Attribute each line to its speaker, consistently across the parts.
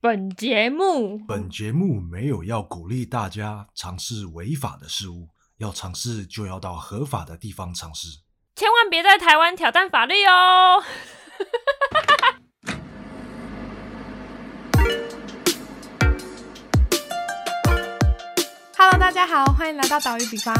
Speaker 1: 本节目
Speaker 2: 本节目没有要鼓励大家尝试违法的事物，要尝试就要到合法的地方尝试。
Speaker 1: 千万别在台湾挑战法律哦。
Speaker 3: Hello，大家好，欢迎来到岛屿比方，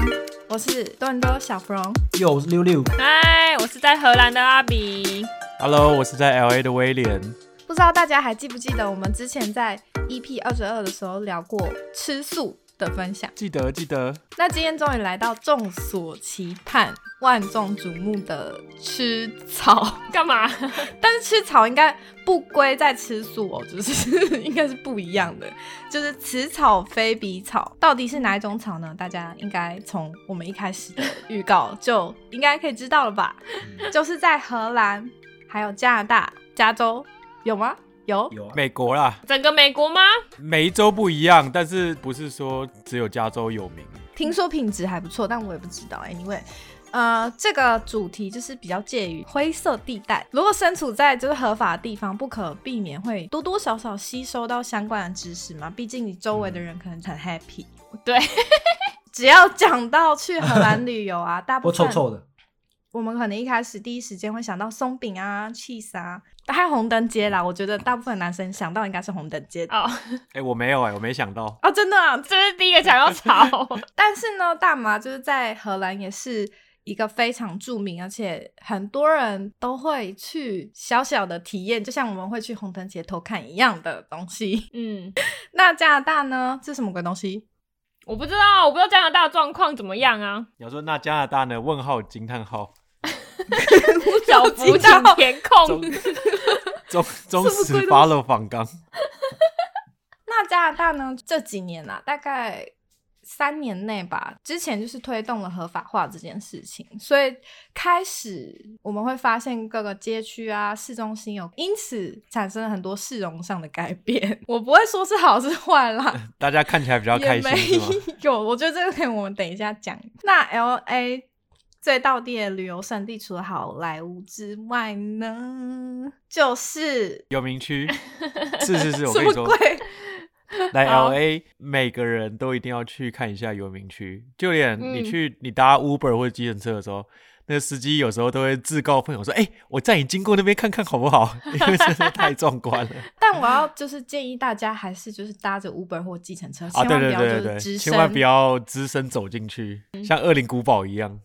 Speaker 3: 我是多伦多小芙蓉。
Speaker 4: 又是六六
Speaker 1: 嗨，我是在荷兰的阿比。
Speaker 5: Hello，我是在 LA 的威廉。
Speaker 3: 不知道大家还记不记得我们之前在 EP 二十二的时候聊过吃素的分享？
Speaker 5: 记得记得，
Speaker 3: 那今天终于来到众所期盼、万众瞩目的吃草，
Speaker 1: 干嘛？
Speaker 3: 但是吃草应该不归在吃素哦，就是应该是不一样的。就是此草非彼草，到底是哪一种草呢？大家应该从我们一开始的预告就应该可以知道了吧？就是在荷兰、还有加拿大、加州有吗？有，
Speaker 4: 有啊，
Speaker 5: 美国啦，
Speaker 1: 整个美国吗？
Speaker 5: 每一州不一样，但是不是说只有加州有名？
Speaker 3: 听说品质还不错，但我也不知道。Anyway，呃，这个主题就是比较介于灰色地带。如果身处在就是合法的地方，不可避免会多多少少吸收到相关的知识嘛。毕竟你周围的人可能很 happy。
Speaker 1: 嗯对，
Speaker 3: 只要讲到去荷兰旅 游啊，大部
Speaker 4: 我
Speaker 3: 分
Speaker 4: 臭臭的，
Speaker 3: 我们可能一开始第一时间会想到松饼啊、cheese 啊，还有红灯街啦。我觉得大部分男生想到应该是红灯街。
Speaker 1: 哦，
Speaker 5: 哎、我没有哎、我没想到。
Speaker 3: 哦，真的啊，
Speaker 1: 这是第一个想要吵。
Speaker 3: 但是呢，大麻就是在荷兰也是一个非常著名，而且很多人都会去小小的体验，就像我们会去红灯节偷看一样的东西。
Speaker 1: 嗯，
Speaker 3: 那加拿大呢，是什么鬼东西？
Speaker 1: 我不知道，我不知道加拿大的状况怎么样啊。
Speaker 5: 你要说那加拿大呢？问号惊叹号，
Speaker 1: 小福
Speaker 3: 知道
Speaker 1: 请填空
Speaker 5: 中。忠忠
Speaker 3: 什么
Speaker 5: 实
Speaker 3: 鬼东西
Speaker 5: follow 仿纲。
Speaker 3: 那加拿大呢，这几年啊，大概三年内吧，之前就是推动了合法化这件事情，所以开始我们会发现各个街区啊、市中心有，因此产生了很多市容上的改变。 我不会说是好是坏啦，
Speaker 5: 大家看起来比较开
Speaker 3: 也
Speaker 5: 心是
Speaker 3: 没
Speaker 5: 吗？
Speaker 3: 有，我觉得这个可以我们等一下讲。那 L A 最道地的旅游胜地，除了好莱坞之外呢，就是
Speaker 5: 有名区，是是是，我
Speaker 3: 什
Speaker 5: 跟你
Speaker 3: 么
Speaker 5: 说，
Speaker 3: 鬼？
Speaker 5: 来
Speaker 1: 好
Speaker 5: LA 每个人都一定要去看一下游民区，就连
Speaker 1: 嗯
Speaker 5: 你去、你搭 Uber 或者计程车的时候，那个司机有时候都会自告奋勇说：“哎、我载你经过那边看看好不好？”因为真 的太壮观了
Speaker 3: 但我要就是建议大家，还是就是搭着 Uber 或计程车，
Speaker 5: 啊！
Speaker 3: 千
Speaker 5: 对
Speaker 3: 万不
Speaker 5: 对
Speaker 3: 要就
Speaker 5: 对对
Speaker 3: 是嗯
Speaker 5: 对，
Speaker 3: 直
Speaker 5: 千万
Speaker 3: 升
Speaker 5: 不，要只身走进去，像恶灵古堡一样。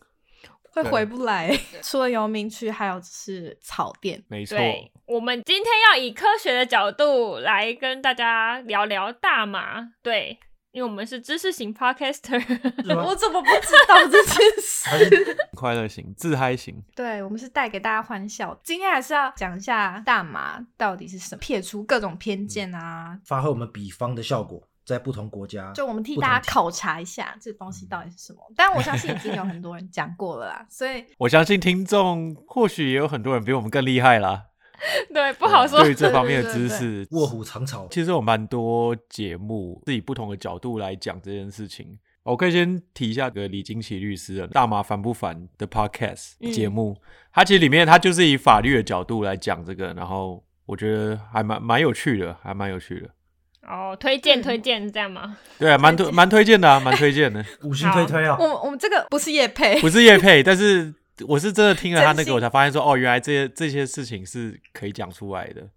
Speaker 3: 会回不来。除了游民区，还有就是草甸。
Speaker 5: 没错，
Speaker 1: 对，我们今天要以科学的角度来跟大家聊聊大麻。对，因为我们是知识型 podcaster。
Speaker 4: 是吗
Speaker 3: 我？怎么不知道这件事？
Speaker 4: 还是
Speaker 5: 快乐型、自嗨型，
Speaker 3: 对，我们是带给大家欢笑。今天还是要讲一下大麻到底是什么，撇除各种偏见啊，
Speaker 4: 发挥我们比方的效果，在不同国家，
Speaker 3: 就我们替
Speaker 4: 不
Speaker 3: 大
Speaker 4: 同
Speaker 3: 家考察一下这东
Speaker 5: 嗯
Speaker 3: 西到底是什么。但我相信已经有很多人讲过了啦，所以
Speaker 5: 我相信听众或许也有很多人比我们更厉害啦，
Speaker 1: 对，不好说
Speaker 5: 对于这方面的
Speaker 3: 对对对
Speaker 5: 知识，
Speaker 4: 卧虎藏草，
Speaker 5: 其实有蛮多节目是以不同的角度来讲这件事情。我可以先提一下个李金奇律师的《大麻烦不烦》的 podcast
Speaker 1: 嗯
Speaker 5: 节目，它其实里面它就是以法律的角度来讲这个，然后我觉得还蛮蛮有趣的，还蛮有趣的。
Speaker 1: 哦，推荐
Speaker 3: 嗯
Speaker 1: 推荐这样吗？
Speaker 5: 对啊，蛮推蛮推荐的啊，蛮推荐的。
Speaker 4: 五星推推啊
Speaker 3: 我！们我们这个不是叶配，
Speaker 5: 不是叶配，但是我是真的听了他那
Speaker 3: 真
Speaker 5: 个，
Speaker 3: 心
Speaker 5: 我才发现说，哦，原来这些这些事情是可以讲出来的，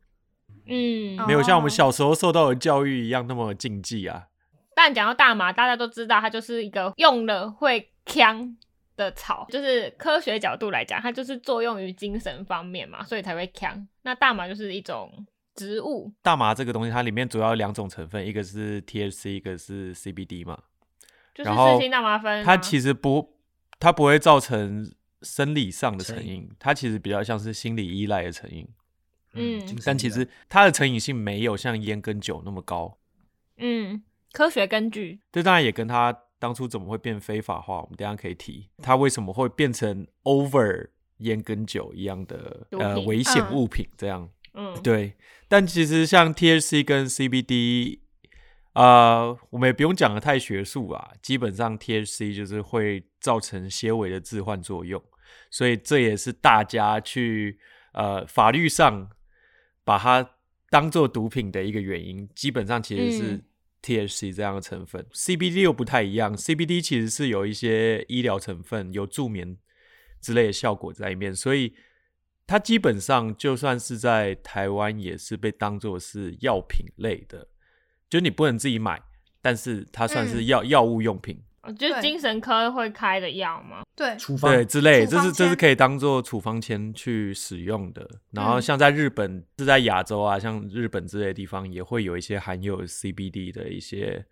Speaker 1: 嗯，
Speaker 3: 哦
Speaker 5: 没有像我们小时候受到的教育一样那么禁忌啊。
Speaker 1: 但讲到大麻，大家都知道它就是一个用了会呛的草，就是科学角度来讲，它就是作用于精神方面嘛，所以才会呛。那大麻就是一种植物，
Speaker 5: 大麻这个东西，它里面主要有两种成分，一个是 THC，一个是 CBD 嘛。
Speaker 1: 就是
Speaker 5: 然后
Speaker 1: 四氢大麻酚、啊。
Speaker 5: 它其实不，它不会造成生理上的成
Speaker 4: 成
Speaker 5: 瘾，它其实比较像是心理依赖的成瘾。
Speaker 1: 嗯
Speaker 4: 精神
Speaker 5: 但
Speaker 4: 力
Speaker 5: 其
Speaker 4: 量
Speaker 5: 实它的成瘾性没有像烟跟酒那么高。
Speaker 1: 嗯，科学根据
Speaker 5: 这当然也跟它当初怎么会变非法化，我们等一下可以提。它为什么会变成 over 烟跟酒一样的
Speaker 1: 毒
Speaker 5: 呃
Speaker 1: 品
Speaker 5: 危险
Speaker 3: 嗯
Speaker 5: 物品这样？
Speaker 1: 嗯，
Speaker 5: 对，但其实像 THC 跟 CBD，呃，我们也不用讲的太学术啊。基本上 THC 就是会造成些微的致幻作用，所以这也是大家去呃法律上把它当做毒品的一个原因，基本上其实是
Speaker 1: 嗯
Speaker 5: THC 这样的成分。CBD 又不太一样，CBD 其实是有一些医疗成分，有助眠之类的效果在里面，所以它基本上就算是在台湾也是被当做是药品类的，就你不能自己买，但是它算是
Speaker 1: 嗯
Speaker 5: 药药、物用品。
Speaker 1: 哦就是
Speaker 3: 对
Speaker 1: 精神科会开的药吗？
Speaker 3: 对，
Speaker 4: 处方
Speaker 5: 对，之类，
Speaker 3: 处
Speaker 5: 这
Speaker 3: 方
Speaker 5: 是这是
Speaker 3: 签
Speaker 5: 可以当做处方签去使用的。然后
Speaker 1: 嗯
Speaker 5: 像在日本，是在亚洲啊，像日本之类的地方，也会有一些含有 CBD 的一些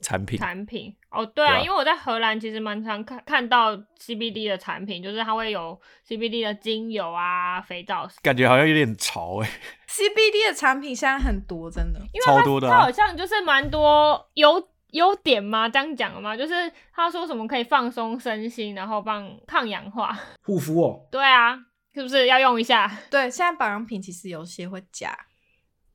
Speaker 5: 产品。
Speaker 1: 产品哦，对
Speaker 5: 对
Speaker 1: 啊，
Speaker 5: 啊
Speaker 1: 因为我在荷兰其实蛮常看看到 CBD 的产品，就是它会有 CBD 的精油啊、肥皂，
Speaker 5: 感觉好像有点潮哎、
Speaker 3: CBD 的产品现在很多，真的。
Speaker 1: 因为
Speaker 5: 超多的
Speaker 1: 它
Speaker 5: 啊
Speaker 1: 好！像就是蛮多优优点嘛，这样讲嘛，就是他说什么可以放松身心，然后帮抗氧化，
Speaker 4: 护肤哦，
Speaker 1: 对啊，是不是要用一下？
Speaker 3: 对，现在保养品其实有些会加，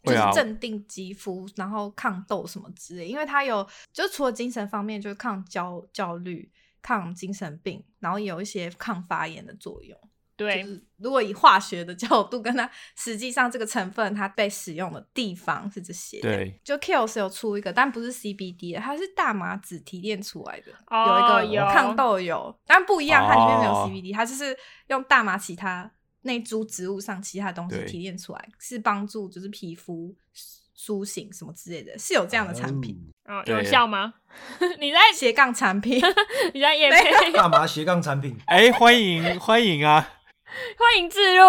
Speaker 3: 就
Speaker 5: 会
Speaker 3: 是
Speaker 5: 啊
Speaker 3: 镇定肌肤，然后抗痘什么之类，因为它有，就除了精神方面，就是抗焦焦虑、抗精神病，然后有一些抗发炎的作用。
Speaker 1: 对
Speaker 3: 就，是如果以化学的角度跟它，实际上这个成分它被使用的地方是这些。，
Speaker 5: 对，
Speaker 3: 就 Kills 有出一个，但不是 CBD，的它是大麻籽提炼出来的，
Speaker 1: 哦
Speaker 3: 有一
Speaker 1: 有
Speaker 3: 个抗痘油，但不一样，它里面没有
Speaker 5: 哦
Speaker 3: CBD，、它就是用大麻其他那株植物上其他东西
Speaker 5: 对
Speaker 3: 提炼出来，是帮助就是皮肤苏醒什么之类的，是有这样的产品，
Speaker 1: 哦，
Speaker 5: 对
Speaker 1: 有效吗？ 你在
Speaker 3: 斜杠产品。
Speaker 1: 你在夜配，
Speaker 4: 嗯大麻斜杠产品，
Speaker 5: 哎、欢迎欢迎啊！
Speaker 1: 欢迎自入。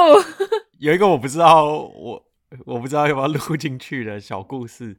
Speaker 5: 有一个我不知道，我我不知道要不要录进去的小故事，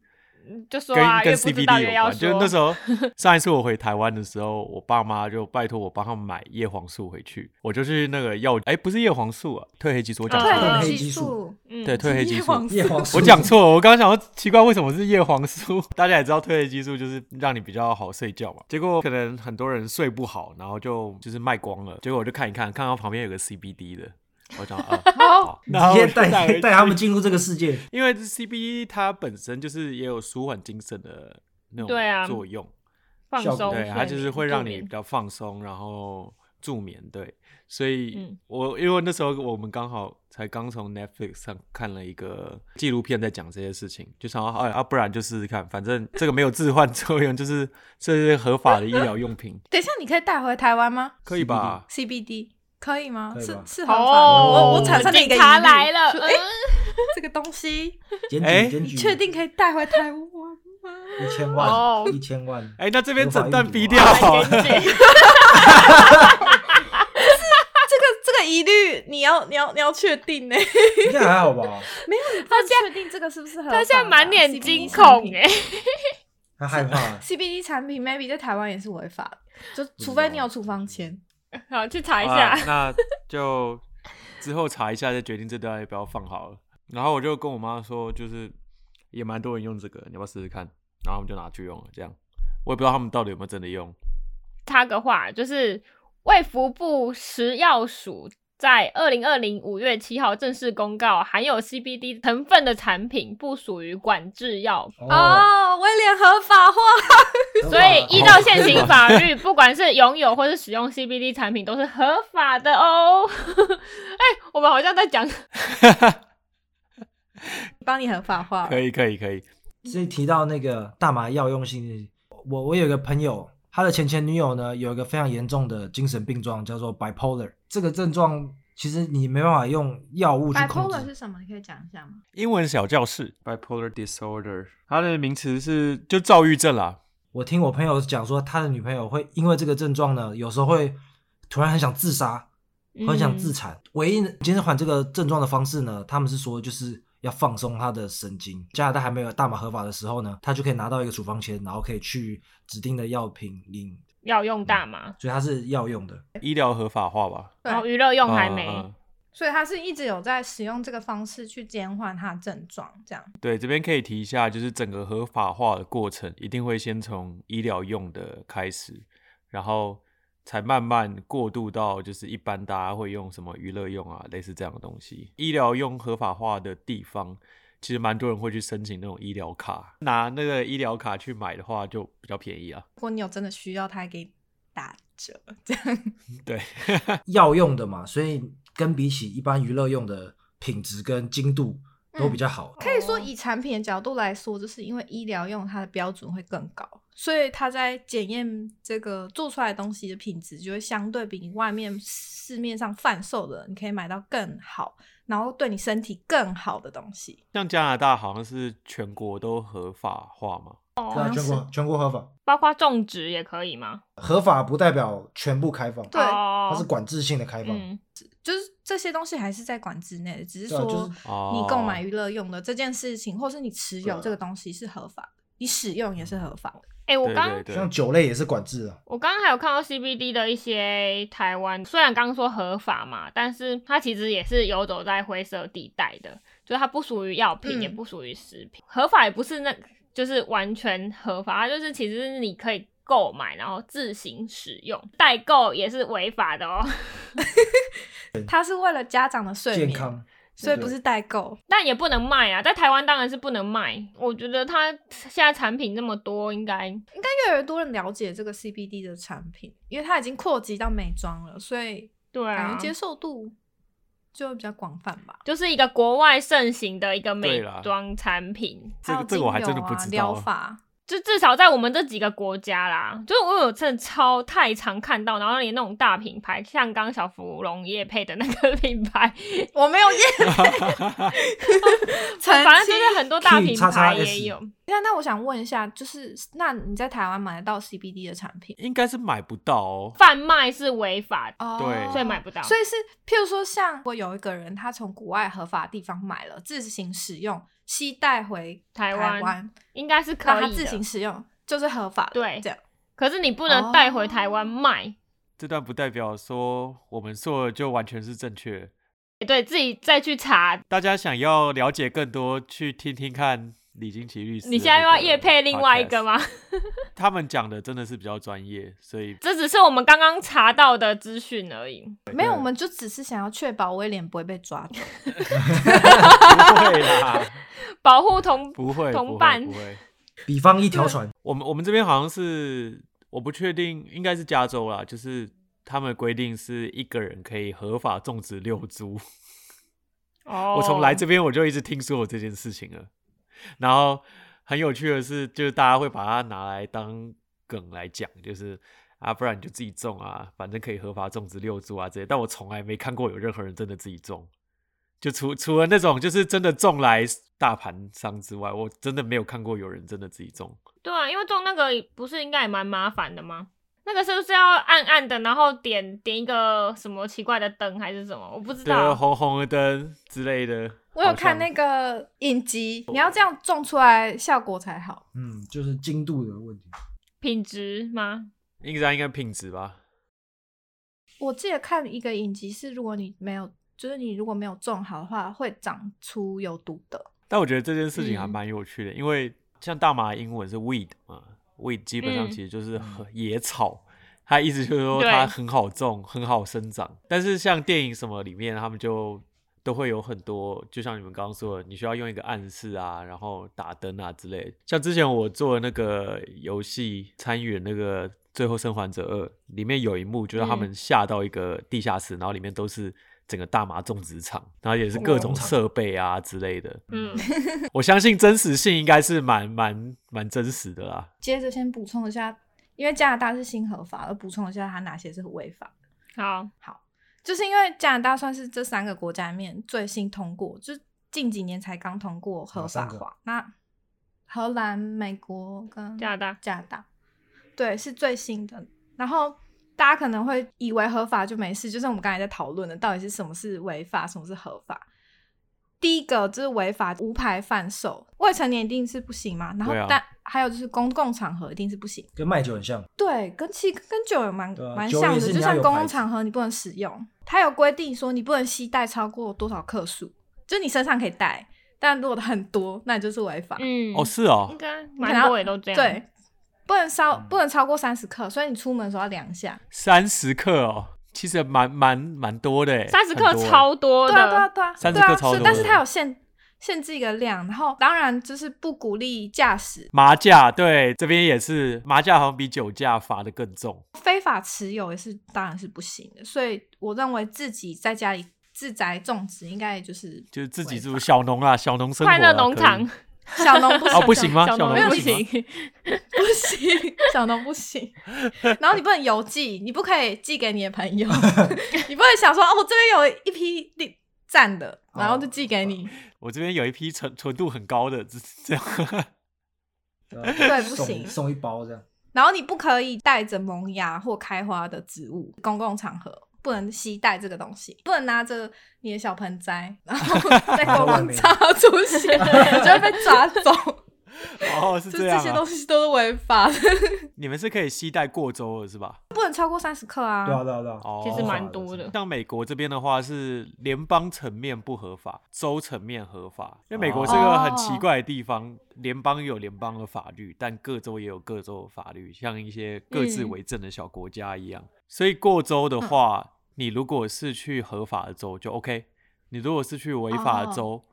Speaker 1: 就说
Speaker 5: 跟、
Speaker 1: 啊，
Speaker 5: 跟
Speaker 1: 越不知道
Speaker 5: CBD
Speaker 1: 越
Speaker 5: 有
Speaker 1: 要
Speaker 5: 关。就
Speaker 1: 说。
Speaker 5: 那时候上一次我回台湾的时候，我爸妈就拜托我帮他们买叶黄素回去，我就去那个药，哎、不是叶黄素啊，褪黑激素，我讲错
Speaker 1: 对
Speaker 5: 了。
Speaker 4: 褪黑
Speaker 3: 激
Speaker 4: 激素
Speaker 3: 素，
Speaker 1: 嗯
Speaker 5: 对，，褪黑激
Speaker 3: 叶
Speaker 5: 素。
Speaker 3: 黄素
Speaker 4: 叶黄素，
Speaker 5: 我讲错了，我刚刚想说奇怪，为什么是叶黄素？ 大家也知道褪黑激素就是让你比较好睡觉嘛。结果可能很多人睡不好，然后就就是卖光了。结果我就看一看，看到旁边有个 CBD 的，我讲啊，好，
Speaker 4: 你
Speaker 5: 然后
Speaker 4: 直
Speaker 5: 我
Speaker 4: 接
Speaker 5: 就带回
Speaker 4: 带
Speaker 5: 去
Speaker 4: 带他们进入这个世界，
Speaker 5: 因为 CBD 它本身就是也有舒缓精神的那种
Speaker 1: 对啊
Speaker 5: 作用，
Speaker 1: 放
Speaker 4: 效
Speaker 1: 松，
Speaker 4: 果
Speaker 5: 对，它就是会让你比
Speaker 1: 比
Speaker 5: 较放松，然后助眠，对。所以
Speaker 1: 嗯
Speaker 5: 我，因为那时候我们刚好才刚从 Netflix 上看了一个纪录片，在讲这些事情，就想要哎啊，不然就试试看，反正这个没有置换作用，就是这是合法的医疗用品，
Speaker 3: 等一下，你可以带回台湾吗
Speaker 5: 可以吧？
Speaker 3: ？CBD 可以吗？
Speaker 4: 可以
Speaker 3: 是
Speaker 4: 吧
Speaker 3: 是合法的吗。
Speaker 1: 哦，
Speaker 3: 我我产生了一个
Speaker 1: 警
Speaker 3: 疑
Speaker 1: 察
Speaker 3: 虑
Speaker 1: 来了，
Speaker 3: 就
Speaker 1: 嗯
Speaker 3: 哎、 这个东西
Speaker 4: 检
Speaker 5: 哎
Speaker 4: 举检
Speaker 3: 你
Speaker 4: 举，
Speaker 3: 确定可以带回台湾吗？
Speaker 4: 一千
Speaker 1: 哦
Speaker 4: 万，一千万，
Speaker 5: 哎、那这边整段逼掉哦
Speaker 4: 合，
Speaker 1: 检举
Speaker 3: 这个这个疑虑，你要你要你要确定呢、
Speaker 4: 应该还好吧？
Speaker 3: 他现在确定这个是不是合法的啊
Speaker 1: 他现在满脸
Speaker 3: CBD
Speaker 1: 惊
Speaker 3: 产
Speaker 1: 恐
Speaker 3: 品
Speaker 1: 哎、
Speaker 4: 他害怕，
Speaker 3: CBD 产品 maybe 在台湾也是违法的，就除非你有处方签。
Speaker 1: 好，去查一
Speaker 5: 好啦
Speaker 1: 下。
Speaker 5: 那 就之后查一下再决定这段要不要放好了。然后我就跟我妈说，就是也蛮多人用这个，你要不要试试看？然后我们就拿去用了，这样我也不知道他们到底有没有真的用。
Speaker 1: 插个话，就是卫福部食药署在二零二零五月七号正式公告，含有 CBD 成分的产品不属于管制药。
Speaker 4: 哦，
Speaker 3: 威廉合法化，
Speaker 1: 所以，依照现行法律，不管是拥有或是使用 CBD 产品都是合法的哦。 哎、我们好像在讲
Speaker 3: 帮你合法化。
Speaker 5: 可以，可以，可以。
Speaker 4: 所以提到那个大麻药用性，我我有一个朋友，他的前前女友呢有一个非常严重的精神病状，叫做 bipolar。这个症状其实你没办法用药物去控
Speaker 3: bipolar 哎是
Speaker 4: 制，
Speaker 3: 什么？你可以讲一下吗？
Speaker 5: 英文小教室 （bipolar disorder），它的名词是就躁郁症啦。
Speaker 4: 我听我朋友讲说，他的女朋友会因为这个症状呢，有时候会突然很想自杀，很想
Speaker 3: 嗯
Speaker 4: 自残。唯一减缓这个症状的方式呢，他们是说就是要放松他的神经。加拿大还没有大麻合法的时候呢，他就可以拿到一个处方签，然后可以去指定的药品领，
Speaker 1: 药用大麻，
Speaker 4: 所以它是药用的。
Speaker 5: 医疗合法化吧？
Speaker 1: 然后娱乐用还没。
Speaker 5: 嗯嗯
Speaker 3: 所以他是一直有在使用这个方式去减缓他的症状，这样。
Speaker 5: 对，这边可以提一下，就是整个合法化的过程，一定会先从医疗用的开始，然后才慢慢过渡到就是一般大家会用什么娱乐用啊，类似这样的东西。医疗用合法化的地方，其实蛮多人会去申请那种医疗卡，拿那个医疗卡去买的话就比较便宜啊。
Speaker 3: 如果你有真的需要，他还给你打折，这样。
Speaker 5: 对，
Speaker 4: 药用的嘛，所以跟比起一般娱乐用的品质跟精度，
Speaker 1: 嗯
Speaker 4: 都比较
Speaker 1: 哦
Speaker 4: 好。
Speaker 3: 可以说，以产品的角度来说，就是因为医疗用它的标准会更高，所以它在检验这个做出来的东西的品质，就会相对比你外面市面上贩售的，你可以买到更好，然后对你身体更好的东西。
Speaker 5: 像加拿大好像是全国都合法化嘛，
Speaker 4: 对啊，
Speaker 1: 哦，
Speaker 4: 全国全国合法，
Speaker 1: 包括种植也可以吗？
Speaker 4: 合法不代表全部开放，
Speaker 3: 对
Speaker 4: 它
Speaker 1: 它
Speaker 4: 是管制性的开放。
Speaker 1: 哦嗯，
Speaker 3: 就是这些东西还是在管制内的，只是
Speaker 4: 对啊
Speaker 3: 说、
Speaker 4: 就是
Speaker 5: 哦
Speaker 3: 你购买娱乐用的这件事情，或是你持
Speaker 4: 啊
Speaker 3: 有这个东西是合法的，你使用也是合法的。
Speaker 1: 哎、我
Speaker 5: 对
Speaker 1: 刚
Speaker 5: 对对，
Speaker 4: 像酒类也是管制啊的，
Speaker 1: 我刚刚还有看到 CBD 的一些台湾，虽然刚刚说合法嘛，但是它其实也是游走在灰色地带的，就是它不属于药品，
Speaker 3: 嗯
Speaker 1: 也不属于食品，合法也不是那，就是完全合法，它就是其实是你可以购买，然后自行使用，代购也是违法的哦。
Speaker 3: 它是为了家长的睡
Speaker 4: 健
Speaker 3: 眠，
Speaker 4: 康
Speaker 3: 所以不是代购。
Speaker 1: 但也不能卖啊，在台湾当然是不能卖。我觉得它现在产品那么多，应该
Speaker 3: 越来越多人了解这个 CBD 的产品，因为它已经扩及到美妆了，所以
Speaker 1: 对
Speaker 3: 感
Speaker 1: 啊
Speaker 3: 觉，接受度就会比较广泛吧。
Speaker 1: 就是一个国外盛行的一个美
Speaker 5: 对啦
Speaker 1: 妆产品。
Speaker 5: 这
Speaker 3: 还
Speaker 5: 个
Speaker 3: 有精油
Speaker 5: 这个我
Speaker 3: 啊、
Speaker 5: 还真的不知道
Speaker 3: 疗法，
Speaker 1: 就至少在我们这几个国家啦，就是我有真的超太常看到，然后连那种大品牌，像刚小芙蓉叶配的那个 品牌，
Speaker 3: 我没有 验澄清。
Speaker 1: 反正就是很多大品
Speaker 4: Key
Speaker 1: 牌
Speaker 4: XXS
Speaker 1: 也有。
Speaker 3: 那那我想问一下，就是那你在台湾买得到 CBD 的产品？
Speaker 5: 应该是买不到哦。
Speaker 1: 贩卖是违法的，
Speaker 3: 哦
Speaker 5: 对
Speaker 1: 所以买不到
Speaker 3: 所以是，譬如说，像我有一个人，他从国外合法地方买了，自行使用，吸带回
Speaker 1: 台湾
Speaker 3: 湾，
Speaker 1: 应该是
Speaker 3: 那
Speaker 1: 可
Speaker 3: 他
Speaker 1: 以
Speaker 3: 自行
Speaker 1: 的。
Speaker 3: 使用就是合法的。
Speaker 1: 对
Speaker 3: 这样
Speaker 1: 可是你不能带回台湾卖，
Speaker 5: 这段不代表说我们说的就完全是正确。
Speaker 1: 对自己再去查。
Speaker 5: 大家想要了解更多，去听听看李金奇律师。
Speaker 1: 你现在又要叶配另外一个？吗？
Speaker 5: 他们讲的真的是比较专业，所以
Speaker 1: 这只是我们刚刚查到的资讯而已。
Speaker 3: 没有，我们就只是想要确保威廉不会被 抓住。
Speaker 5: 不会啦，
Speaker 1: 保护同
Speaker 5: 不会，
Speaker 1: 同
Speaker 5: 不会
Speaker 1: 伴
Speaker 5: 不会。
Speaker 4: 比方一条船，
Speaker 5: 我们我们这边好像是我不确定，应该是加州啦，就是他们规定是一个人可以合法种植六株。
Speaker 1: 哦
Speaker 5: 我从来
Speaker 3: 哦
Speaker 5: 这边我就一直听说有这件事情了，然后很有趣的是，就是大家会把它拿来当梗来讲，就是啊，不然你就自己种啊，反正可以合法种植六株啊这些。但我从来没看过有任何人真的自己种，就除除了那种就是真的种来大盘商之外，我真的没有看过有人真的自己种。
Speaker 1: 对啊，因为种那个不是应该也蛮麻烦的吗？那个是不是要暗暗的，然后点点一个什么奇怪的灯还是什么？我不知
Speaker 5: 对，
Speaker 1: 道。
Speaker 5: 红红的灯之类的。
Speaker 3: 我有
Speaker 5: 好像
Speaker 3: 看那个影集，你要这样种出来效果才好。
Speaker 4: 嗯，就是精度的问题。
Speaker 1: 品质吗？
Speaker 5: 应该应该品质吧，
Speaker 3: 我记得看一个影集是，如果你没有，就是你如果没有种好的话，会长出有毒的。
Speaker 5: 但我觉得这件事情还
Speaker 1: 嗯
Speaker 5: 蛮有趣的，因为像大麻英文是 weed 嘛，weed 基本上
Speaker 1: 嗯
Speaker 5: 其实就是很野草，它意思就是说
Speaker 1: 对
Speaker 5: 它很好种，很好生长。但是像电影什么里面，他们就都会有很多，就像你们刚刚说的，你需要用一个暗示啊，然后打灯啊之类的。像之前我做那个游戏，参与那个《最后生还者二》，里面有一幕就是他
Speaker 1: 嗯
Speaker 5: 们下到一个地下室，然后里面都是。整个大麻种植场，然后也是各种
Speaker 4: 农场
Speaker 5: 设备啊之类的，
Speaker 1: 嗯，
Speaker 5: 我相信真实性应该是蛮蛮蛮真实的啦。
Speaker 3: 接着先补充一下，因为加拿大是新合法，而补充一下它哪些是违法。
Speaker 1: 好，
Speaker 3: 就是因为加拿大算是这三个国家里面最新通过，就是近几年才刚通过合法
Speaker 4: 哪三
Speaker 3: 化。那荷兰、美国跟
Speaker 1: 加拿大
Speaker 3: 加拿大，对，是最新的。然后大家可能会以为合法就没事，就是我们刚才在讨论的，到底是什么是违法，什么是合法。第一个就是违法无牌贩售，未成年一定是不行嘛。然后
Speaker 5: 对啊
Speaker 3: 但、还有就是公共场合一定是不行。
Speaker 4: 跟卖酒很像，
Speaker 3: 对，跟其实跟酒也蛮
Speaker 4: 对啊
Speaker 3: 蛮
Speaker 4: 酒也
Speaker 3: 像
Speaker 4: 是
Speaker 3: 的，
Speaker 4: 你
Speaker 3: 就
Speaker 4: 要
Speaker 3: 像
Speaker 4: 有
Speaker 3: 公
Speaker 4: 牌
Speaker 3: 共
Speaker 4: 子
Speaker 3: 场合你不能使用，它有规定说你不能携带超过多少克数，就是你身上可以带，但如果很多，那你就是违法。
Speaker 1: 嗯，啊
Speaker 5: 哦，是
Speaker 1: 应
Speaker 5: 哦，
Speaker 1: 该蛮多也都这样。，
Speaker 3: 对，不能超不能超过三十克，所以你出门的时候要量一下。
Speaker 5: 三十克哦，其实蛮蛮蛮多的欸，
Speaker 1: 三十
Speaker 5: 很
Speaker 1: 克
Speaker 5: 多欸
Speaker 1: 超多
Speaker 3: 对
Speaker 1: 的。
Speaker 3: 啊，对啊，对啊，
Speaker 5: 30
Speaker 3: 对啊，
Speaker 5: 克超
Speaker 3: 所以
Speaker 5: 多
Speaker 3: 但是
Speaker 5: 的
Speaker 3: 它有限限制一个量，然后当然就是不鼓励驾驶，
Speaker 5: 麻将，对，这边也是麻将好像比酒驾罚的更重。
Speaker 3: 非法持有也是当然是不行的，所以我认为自己在家里自宅种植，应该也就是
Speaker 5: 就是自己
Speaker 3: 违
Speaker 5: 住
Speaker 3: 法
Speaker 5: 小农啦，小农生活啦
Speaker 1: 快乐农场
Speaker 5: 可以
Speaker 3: 小农不行
Speaker 5: 哦，不行 吗？
Speaker 1: 小
Speaker 5: 农
Speaker 1: 农
Speaker 3: 不
Speaker 1: 不
Speaker 5: 行吗，
Speaker 1: 行，
Speaker 3: 不行，小农不行。然后你不能邮寄，你不可以寄给你的朋友，你不能想说哦，我这边有一批地占的，然后就寄给你。
Speaker 5: 我这边有一批纯纯度很高的，这这样
Speaker 4: 对
Speaker 3: 不行
Speaker 4: 送送一包这样。
Speaker 3: 然后你不可以带着萌芽或开花的植物，公共场合不能携带这个东西，不能拿着你的小盆栽，然后 在公共场合出现，你就会被抓走。
Speaker 5: 哦，是
Speaker 3: 这
Speaker 5: 这
Speaker 3: 这
Speaker 5: 样
Speaker 3: 些
Speaker 5: 啊
Speaker 3: 东。西都是违法的，
Speaker 5: 你们是可以携带过周的是吧？
Speaker 3: 不能超过三十克啊。
Speaker 4: 对啊，对啊，对啊。
Speaker 5: 哦，
Speaker 1: 其实蛮多的。
Speaker 5: 像美国这边的话，是联邦层面不合法，州层面合法。因为美国
Speaker 4: 哦
Speaker 5: 是个很奇怪的地方，联邦有联邦的法律，但各州也有各州的法律，像一些各自
Speaker 1: 嗯
Speaker 5: 为政的小国家一样。所以过州的话，你如果是去合法的州就 OK，你如果是去违法的州，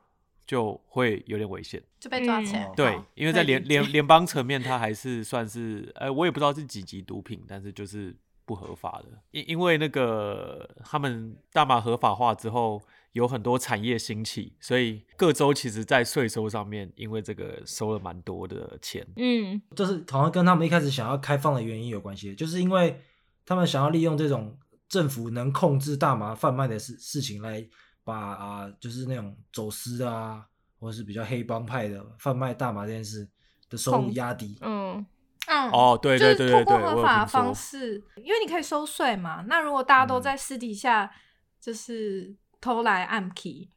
Speaker 5: 就会有点危险。
Speaker 3: 就被抓起
Speaker 1: 嗯
Speaker 3: 来。
Speaker 4: 哦
Speaker 5: 对
Speaker 3: 好，
Speaker 5: 因为
Speaker 3: 可以
Speaker 5: 在
Speaker 3: 理
Speaker 5: 联
Speaker 3: 解
Speaker 5: 联联邦层面，它还是算是，呃，我也不知道是几级毒品，但是就是不合法的。因因为那个他们大麻合法化之后，有很多产业兴起，所以各州其实在税收上面，因为这个收了蛮多的钱。
Speaker 1: 嗯，
Speaker 4: 这是好像跟他们一开始想要开放的原因有关系，就是因为他们想要利用这种政府能控制大麻贩卖的事事情来把啊、就是那种走私的啊，或者是比较黑帮派的贩卖大麻这件事的收入
Speaker 3: 控
Speaker 4: 压低。
Speaker 1: 嗯，
Speaker 3: 嗯，
Speaker 5: 哦，对对对对
Speaker 3: 就是
Speaker 5: 对，
Speaker 3: 通
Speaker 5: 我
Speaker 3: 过
Speaker 5: 有
Speaker 3: 合法
Speaker 5: 听
Speaker 3: 的方
Speaker 5: 说。
Speaker 3: 式，因为你可以收税嘛。那如果大家都
Speaker 4: 嗯
Speaker 3: 在私底下就是偷来暗 k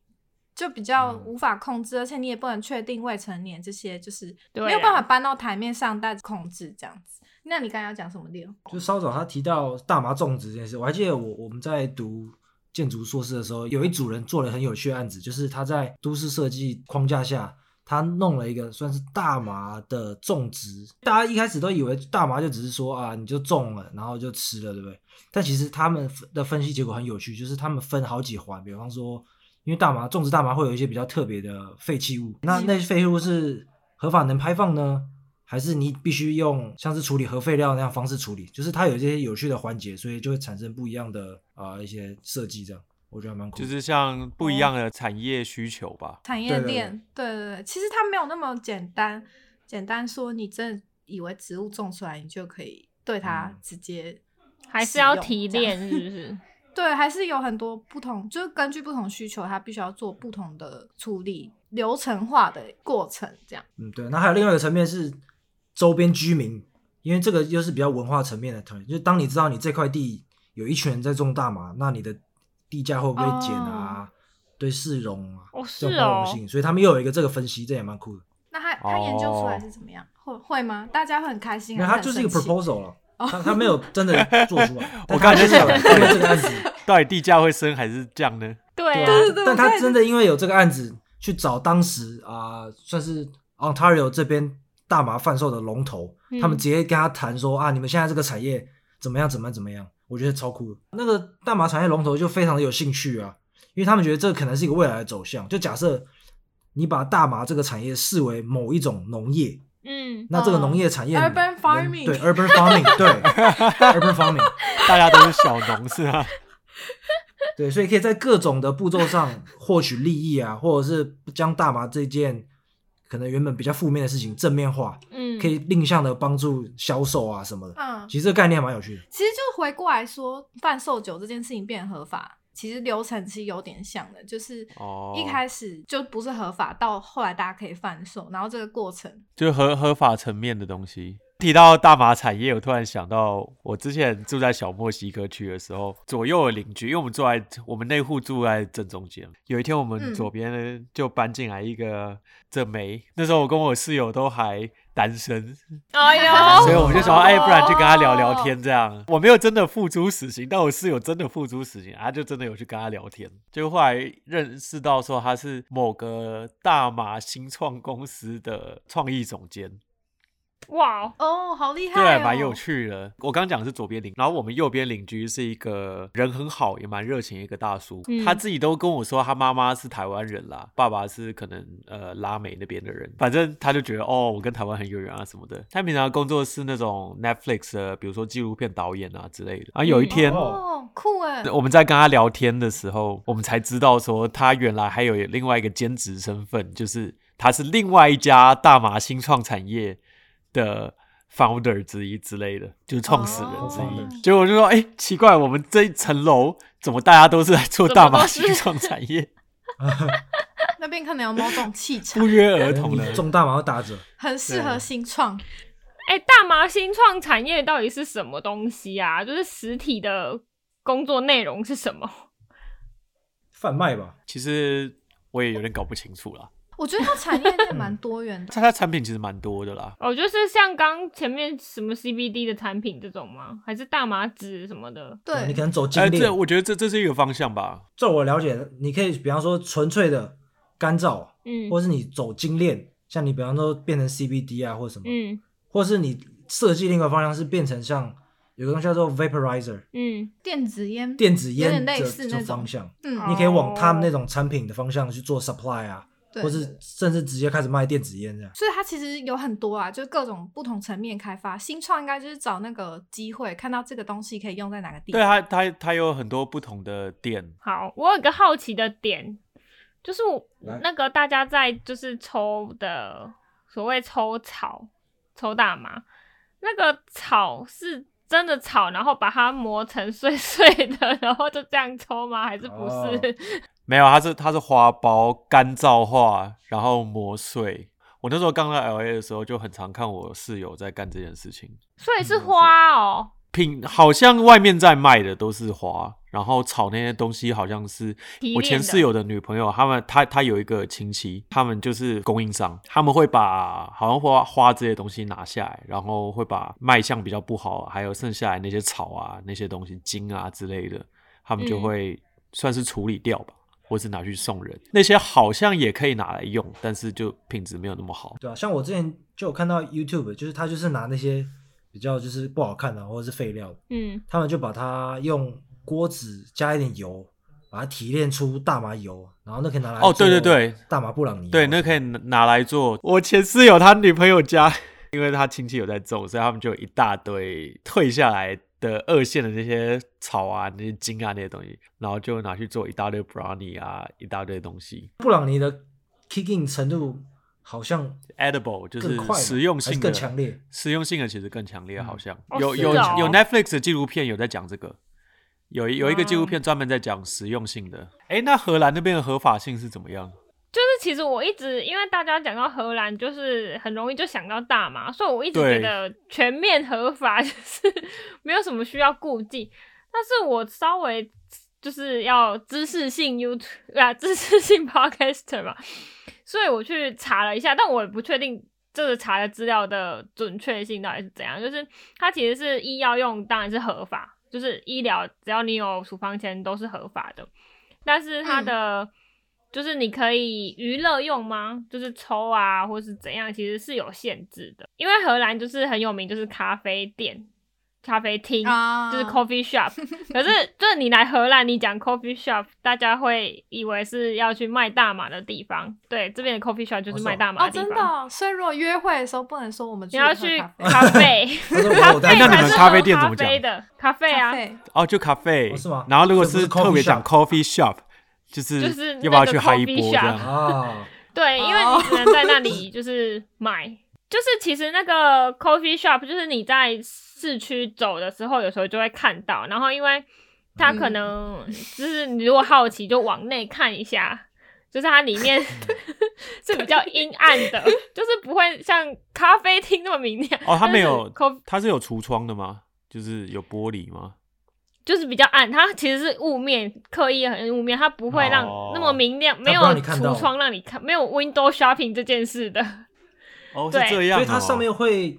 Speaker 3: 就比较
Speaker 4: 嗯
Speaker 3: 无法控制，而且你也不能确定未成年这些，就是
Speaker 1: 对
Speaker 3: 没有办
Speaker 1: 啊
Speaker 3: 法搬到台面上带控制这样子。那你刚刚要讲什么哦六？
Speaker 4: 就稍早他提到大麻种植这件事，我还记得我我们在读建筑硕士的时候，有一组人做了很有趣的案子，就是他在都市设计框架下，他弄了一个算是大麻的种植。大家一开始都以为大麻就只是说啊，你就种了，然后就吃了，对不对？但其实他们的分析结果很有趣，就是他们分好几环，比方说，因为大麻种植大麻会有一些比较特别的废弃
Speaker 5: 嗯
Speaker 4: 物，那那些废弃物是合法能排放呢，还是你必须用像是处理核废料那样方式处理？就是它有这些有趣的环节，所以就会产生不一样的啊、一些设计，这样我觉得还蛮酷的。
Speaker 5: 就是像不
Speaker 3: 哦
Speaker 5: 一样的产业需求吧，
Speaker 3: 产
Speaker 4: 对
Speaker 3: 业
Speaker 4: 对
Speaker 3: 链，对对对，其实它没有那么简单。简单说，你真的以为植物种出来，你就可以对它
Speaker 4: 嗯
Speaker 3: 直接
Speaker 1: 还是
Speaker 3: 使
Speaker 1: 要
Speaker 3: 用
Speaker 1: 提
Speaker 3: 这样
Speaker 1: 炼，是不
Speaker 5: ，
Speaker 1: 是？
Speaker 3: 对，还是有很多不同，就是根据不同需求，它必须要做不同的处理流程化的过程，这样。
Speaker 4: 嗯，对。那还有另外一个层面是周边居民，因为这个又是比较文化层面的层面，就是当你知道你这块地有一群人在种大麻，那你的地价会不会减啊？对市容啊，
Speaker 1: 哦
Speaker 4: 这种
Speaker 1: 是
Speaker 4: 包
Speaker 1: 哦
Speaker 4: 容性，所以他们又有一个这个分析，这也蛮酷的。
Speaker 3: 那他他研究出来是怎么样？会会吗？大家会很开心
Speaker 4: 那
Speaker 3: 啊？
Speaker 4: 它就是一个
Speaker 3: 很生气
Speaker 4: proposal 了，
Speaker 3: 哦
Speaker 4: 他他没有真的做出来但它
Speaker 5: 我刚才就
Speaker 4: 接下来
Speaker 5: 想
Speaker 4: 因为这个案子，
Speaker 5: 到底地价会升还是降呢？
Speaker 1: 对啊，
Speaker 4: 对
Speaker 3: 对
Speaker 4: 但
Speaker 3: 我
Speaker 4: 他
Speaker 3: 看
Speaker 4: 真的因为有这个案子，去找当时啊、算是 Ontario 这边大麻贩售的龙头，
Speaker 1: 嗯
Speaker 4: 他们直接跟他谈说啊，你们现在这个产业怎么样，怎么样，怎么样？我觉得超酷的。那个大麻产业龙头就非常的有兴趣啊，因为他们觉得这可能是一个未来的走向。就假设你把大麻这个产业视为某一种农业，
Speaker 1: 嗯，
Speaker 4: 那这个
Speaker 3: 嗯
Speaker 4: 农业产业
Speaker 3: urban
Speaker 4: 能
Speaker 3: farming
Speaker 4: 对 urban farming，对 urban farming，
Speaker 5: 大家都是小农是吧？
Speaker 4: 对，所以可以在各种的步骤上获取利益啊，或者是将大麻这件可能原本比较负面的事情正面化，
Speaker 1: 嗯，
Speaker 4: 可以另向的帮助销售啊什么的。
Speaker 3: 嗯，
Speaker 4: 其实这个概念还蛮有趣的。
Speaker 3: 其实就回过来说，贩售酒这件事情变合法，其实流程其实有点像的，就是
Speaker 5: 哦
Speaker 3: 一开始就不是合法，到后来大家可以贩售，然后这个过程
Speaker 5: 就合合法层面的东西。提到大麻产业，我突然想到，我之前住在小墨西哥区的时候，左右的邻居，因为我们住在我们内户住在正中间。有一天，我
Speaker 3: 嗯
Speaker 5: 们左边就搬进来一个这梅，那时候我跟我室友都还单身，
Speaker 1: 哎 呦，
Speaker 5: 所以我就想说，哎，不然去跟他聊聊
Speaker 1: 哦
Speaker 5: 天这样。我没有真的付诸死刑，但我室友真的付诸死刑，他就真的有去跟他聊天。就后来认识到说他是某个大麻新创公司的创意总监，
Speaker 1: 哇哦，
Speaker 3: 哦，好厉害、
Speaker 5: 对，
Speaker 3: 哦，
Speaker 5: 蛮有趣的。我刚讲的是左边邻，然后我们右边邻居是一个人很好，也蛮热情的一个大叔，
Speaker 1: 嗯
Speaker 5: 他自己都跟我说他妈妈是台湾人啦，爸爸是可能呃拉美那边的人，反正他就觉得哦，我跟台湾很有缘啊什么的。他平常工作是那种 Netflix 的，比如说纪录片导演啊之类的。啊，有一
Speaker 1: 嗯
Speaker 5: 天。
Speaker 3: 哦，酷哎，
Speaker 5: 我们在跟他聊天的时候，我们才知道说他原来还有另外一个兼职身份，就是他是另外一家大麻新创产业的 founder 之一之类的，就是创始人之一。
Speaker 4: 哦
Speaker 5: 结果我就说，哎、奇怪，我们这一层楼怎么大家都是在做大
Speaker 1: 怎么
Speaker 5: 麻
Speaker 1: 都是
Speaker 5: 新创产业，
Speaker 3: 那边可能有某种气场
Speaker 5: 不，约而同
Speaker 4: 你
Speaker 5: 的
Speaker 4: 中大麻要打折，
Speaker 3: 很适合新创。
Speaker 1: 哎、大麻新创产业到底是什么东西啊？就是实体的工作内容是什么？
Speaker 4: 贩卖吧，
Speaker 5: 其实我也有点搞不清楚啦。
Speaker 3: 我觉得它产业链蛮多元的，
Speaker 5: 它它产品其实蛮多的啦，
Speaker 1: 哦，就是像刚前面什么 CBD 的产品这种吗？还是大麻籽什么的？
Speaker 4: 你
Speaker 3: 对
Speaker 4: 可，能走精
Speaker 5: 哎、
Speaker 4: 炼。
Speaker 5: 这我觉得这这是一个方向吧。
Speaker 4: 照我了解，你可以比方说纯粹的干燥，
Speaker 1: 嗯
Speaker 4: 或是你走精炼，像你比方说变成 CBD 啊或什么，
Speaker 1: 嗯
Speaker 4: 或是你设计另外一个方向是变成像有个东西叫做 vaporizer
Speaker 1: 嗯，
Speaker 3: 电子烟，
Speaker 4: 电子
Speaker 3: 有
Speaker 4: 烟
Speaker 3: 点类
Speaker 4: 的
Speaker 3: 似那
Speaker 4: 这
Speaker 3: 种
Speaker 4: 方向，
Speaker 3: 嗯，
Speaker 1: 哦
Speaker 4: 你可以往他们那种产品的方向去做 supply 啊，
Speaker 3: 对
Speaker 4: 或是甚至直接开始卖电子烟这样。
Speaker 3: 所以它其实有很多啊，就是各种不同层面开发。新创应该就是找那个机会，看到这个东西可以用在哪个地
Speaker 5: 对啊
Speaker 3: 方。
Speaker 5: 它它它有很多不同的店，
Speaker 1: 好，我有个好奇的点，就是我
Speaker 4: 来
Speaker 1: 那个大家在就是抽的所谓抽草、抽大麻，那个草是真的草，然后把它磨成碎碎的，然后就这样抽吗？还是不
Speaker 4: 哦
Speaker 1: 是？
Speaker 5: 没有，它是它是花苞干燥化，然后磨碎。我那时候刚来 L A 的时候，就很常看我室友在干这件事情。
Speaker 1: 所以是花哦。
Speaker 5: 品好像外面在卖的都是花，然后炒那些东西好像是
Speaker 1: 提
Speaker 5: 我
Speaker 1: 炼
Speaker 5: 前
Speaker 1: 的
Speaker 5: 室友的女朋友，他们她她有一个亲戚，他们就是供应商，他们会把好像花花这些东西拿下来，然后会把卖相比较不好，还有剩下来那些草啊那些东西茎啊之类的，他们就
Speaker 1: 嗯
Speaker 5: 会算是处理掉吧。或是拿去送人，那些好像也可以拿来用，但是就品质没有那么好。
Speaker 4: 对啊，像我之前就有看到 YouTube，就是他就是拿那些比较就是不好看的啊或者是废料，
Speaker 1: 嗯，
Speaker 4: 他们就把它用锅子加一点油，把它提炼出大麻油，然后那可以拿来
Speaker 5: 哦对
Speaker 4: 做
Speaker 5: 对对
Speaker 4: 大麻布朗尼，啊
Speaker 5: 对，那可以拿拿来做。我前室友他女朋友家，因为他亲戚有在种，所以他们就有一大堆退下来的二线的那些草啊、那些茎啊那些东西，然后就拿去做一大堆 brownie 啊，一大堆东西
Speaker 4: 布朗尼的 kicking 程度好像
Speaker 5: ，edible 就
Speaker 4: 更
Speaker 5: 是
Speaker 4: 快嘛，
Speaker 5: 实用
Speaker 4: 还是
Speaker 5: 性的
Speaker 4: 更强嗯烈。
Speaker 5: 实用性的其实更强烈，好像、
Speaker 1: 哦
Speaker 5: 有
Speaker 1: 是
Speaker 5: 有
Speaker 1: 哦
Speaker 5: 有 Netflix 的纪录片有在讲这个，有一有一个纪录
Speaker 1: 嗯
Speaker 5: 片专门在讲实用性的。哎、那荷兰那边的合法性是怎么样？
Speaker 1: 就是其实我一直因为大家讲到荷兰，就是很容易就想到大麻，所以我一直觉
Speaker 5: 对
Speaker 1: 得全面合法就是没有什么需要顾忌。但是我稍微就是要知识性 YouTube 啊，知识性 Podcaster 嘛，所以我去查了一下，但我也不确定这个查的资料的准确性到底是怎样。就是它其实是医药用，当然是合法，就是医疗只要你有处方签都是合法的。但是它的、就是你可以娱乐用吗？就是抽啊，或是怎样，其实是有限制的。因为荷兰就是很有名，就是咖啡店、咖啡厅，
Speaker 3: 啊，
Speaker 1: 就是 coffee shop 。可是，就是你来荷兰，你讲 coffee shop，大家会以为是要去卖大麻的地方。对，这边的 coffee shop 就是卖大麻
Speaker 3: 哦，
Speaker 1: 的地
Speaker 3: 真
Speaker 1: 方。
Speaker 3: 的哦、所以如果约会的时候不能说我们
Speaker 1: 你要
Speaker 3: 喝
Speaker 1: 去
Speaker 3: 咖
Speaker 1: 咖
Speaker 3: 啡
Speaker 1: 啡，
Speaker 4: 他说我有带
Speaker 5: 哎那你们
Speaker 1: 才是
Speaker 5: 咖啡
Speaker 1: 喝
Speaker 5: 店怎么
Speaker 1: 啡
Speaker 5: 讲
Speaker 1: 的咖啡
Speaker 3: 咖
Speaker 1: 啊，
Speaker 3: 啡，
Speaker 5: 哦，就咖啡、
Speaker 4: 哦是吗
Speaker 5: 然后如果
Speaker 4: 所以
Speaker 5: 是
Speaker 4: 不是
Speaker 5: 特别
Speaker 4: coffee
Speaker 5: 讲 coffee shop，就是
Speaker 1: 就是那
Speaker 5: 要不要
Speaker 1: 个
Speaker 5: 去嗨一
Speaker 1: coffee
Speaker 5: 波这
Speaker 1: shop
Speaker 5: 样？
Speaker 4: 啊，
Speaker 1: 对，因为
Speaker 3: 哦
Speaker 1: 你只能在那 里就是买，就是其实那个 coffee shop，就是你在市区走的时候，有时候就会看到，然后因为它
Speaker 4: 嗯
Speaker 1: 可能就是你如果好奇，就往内看一下。就是它里 面是比较阴暗的，就是不会像咖啡厅那么明亮。
Speaker 5: 哦，它没有
Speaker 1: c o
Speaker 5: 它是有橱窗的吗？就是有玻璃吗？
Speaker 1: 就是比较暗，它其实是雾面，刻意很雾面，它不会让
Speaker 5: 哦
Speaker 1: 那么明亮，没
Speaker 4: 它
Speaker 1: 有
Speaker 4: 不让你看到
Speaker 1: 橱窗让你看，没有 window shopping 这件事的。
Speaker 5: 哦，是
Speaker 1: 对
Speaker 5: 这
Speaker 3: 啊
Speaker 5: 样、
Speaker 4: 所
Speaker 5: 哦。
Speaker 4: 以它上面会，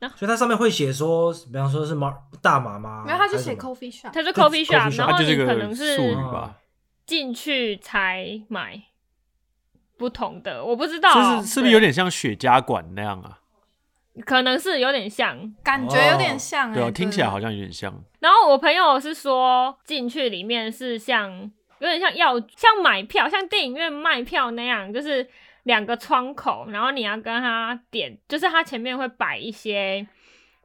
Speaker 1: 那
Speaker 4: 所以它上面会写说，比方说是麻大麻吗？
Speaker 3: 没有，他就
Speaker 4: 还是
Speaker 3: 写
Speaker 4: 什么
Speaker 3: coffee shop，
Speaker 1: 它是
Speaker 4: 就
Speaker 1: coffee
Speaker 4: coffee
Speaker 1: shop，
Speaker 4: shop，
Speaker 1: 然
Speaker 5: 它
Speaker 1: 后
Speaker 5: 啊就是
Speaker 1: 你
Speaker 5: 个啊
Speaker 1: 可能是
Speaker 5: 术语吧，
Speaker 1: 进去才买不同的，我不知道，
Speaker 4: 哦
Speaker 5: 就是是不是
Speaker 1: 对
Speaker 5: 有点像雪茄馆那样啊？
Speaker 1: 可能是有点像。
Speaker 3: 感觉有点像、欸
Speaker 5: 对啊，听起来好
Speaker 3: 像
Speaker 5: 像有点像。
Speaker 1: 然后我朋友是说进去里面是像有点像要像买票，像电影院卖票那样，就是两个窗口，然后你要跟他点，就是他前面会摆一些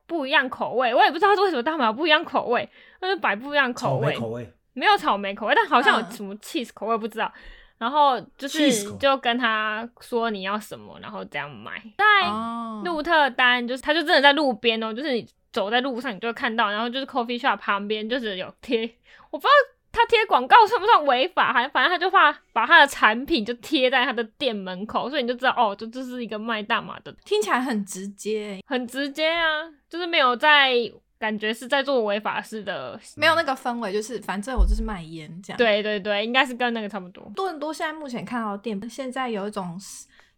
Speaker 1: 不一样口味，我也不知道为什么大马有不一样口味，他就摆不一样口
Speaker 4: 草莓
Speaker 1: 味，
Speaker 4: 哦口味，
Speaker 1: 没有草莓口味，但好像有
Speaker 3: 嗯
Speaker 1: 什么 cheese 口味，不知道。然后就
Speaker 4: cheese 口
Speaker 1: 是
Speaker 4: 味
Speaker 1: 就跟他说你要什么，然后这样买。在
Speaker 3: 哦
Speaker 1: 鹿特丹就是，它就真的在路边哦，就是你走在路上你就会看到，然后就是 coffee shop 旁边就是有贴，我不知道他贴广告算不算违法，还反正他就把把他的产品就贴在他的店门口，所以你就知道哦，这这是一个卖大麻的，
Speaker 3: 听起来很直接、欸，
Speaker 1: 很直接啊，就是没有在感觉是在做违法事的，
Speaker 3: 没有那个氛围，就是反正我就是卖烟这样。，
Speaker 1: 对对对，应该是跟那个差不多。
Speaker 3: 多伦多现在目前看到的店，现在有一种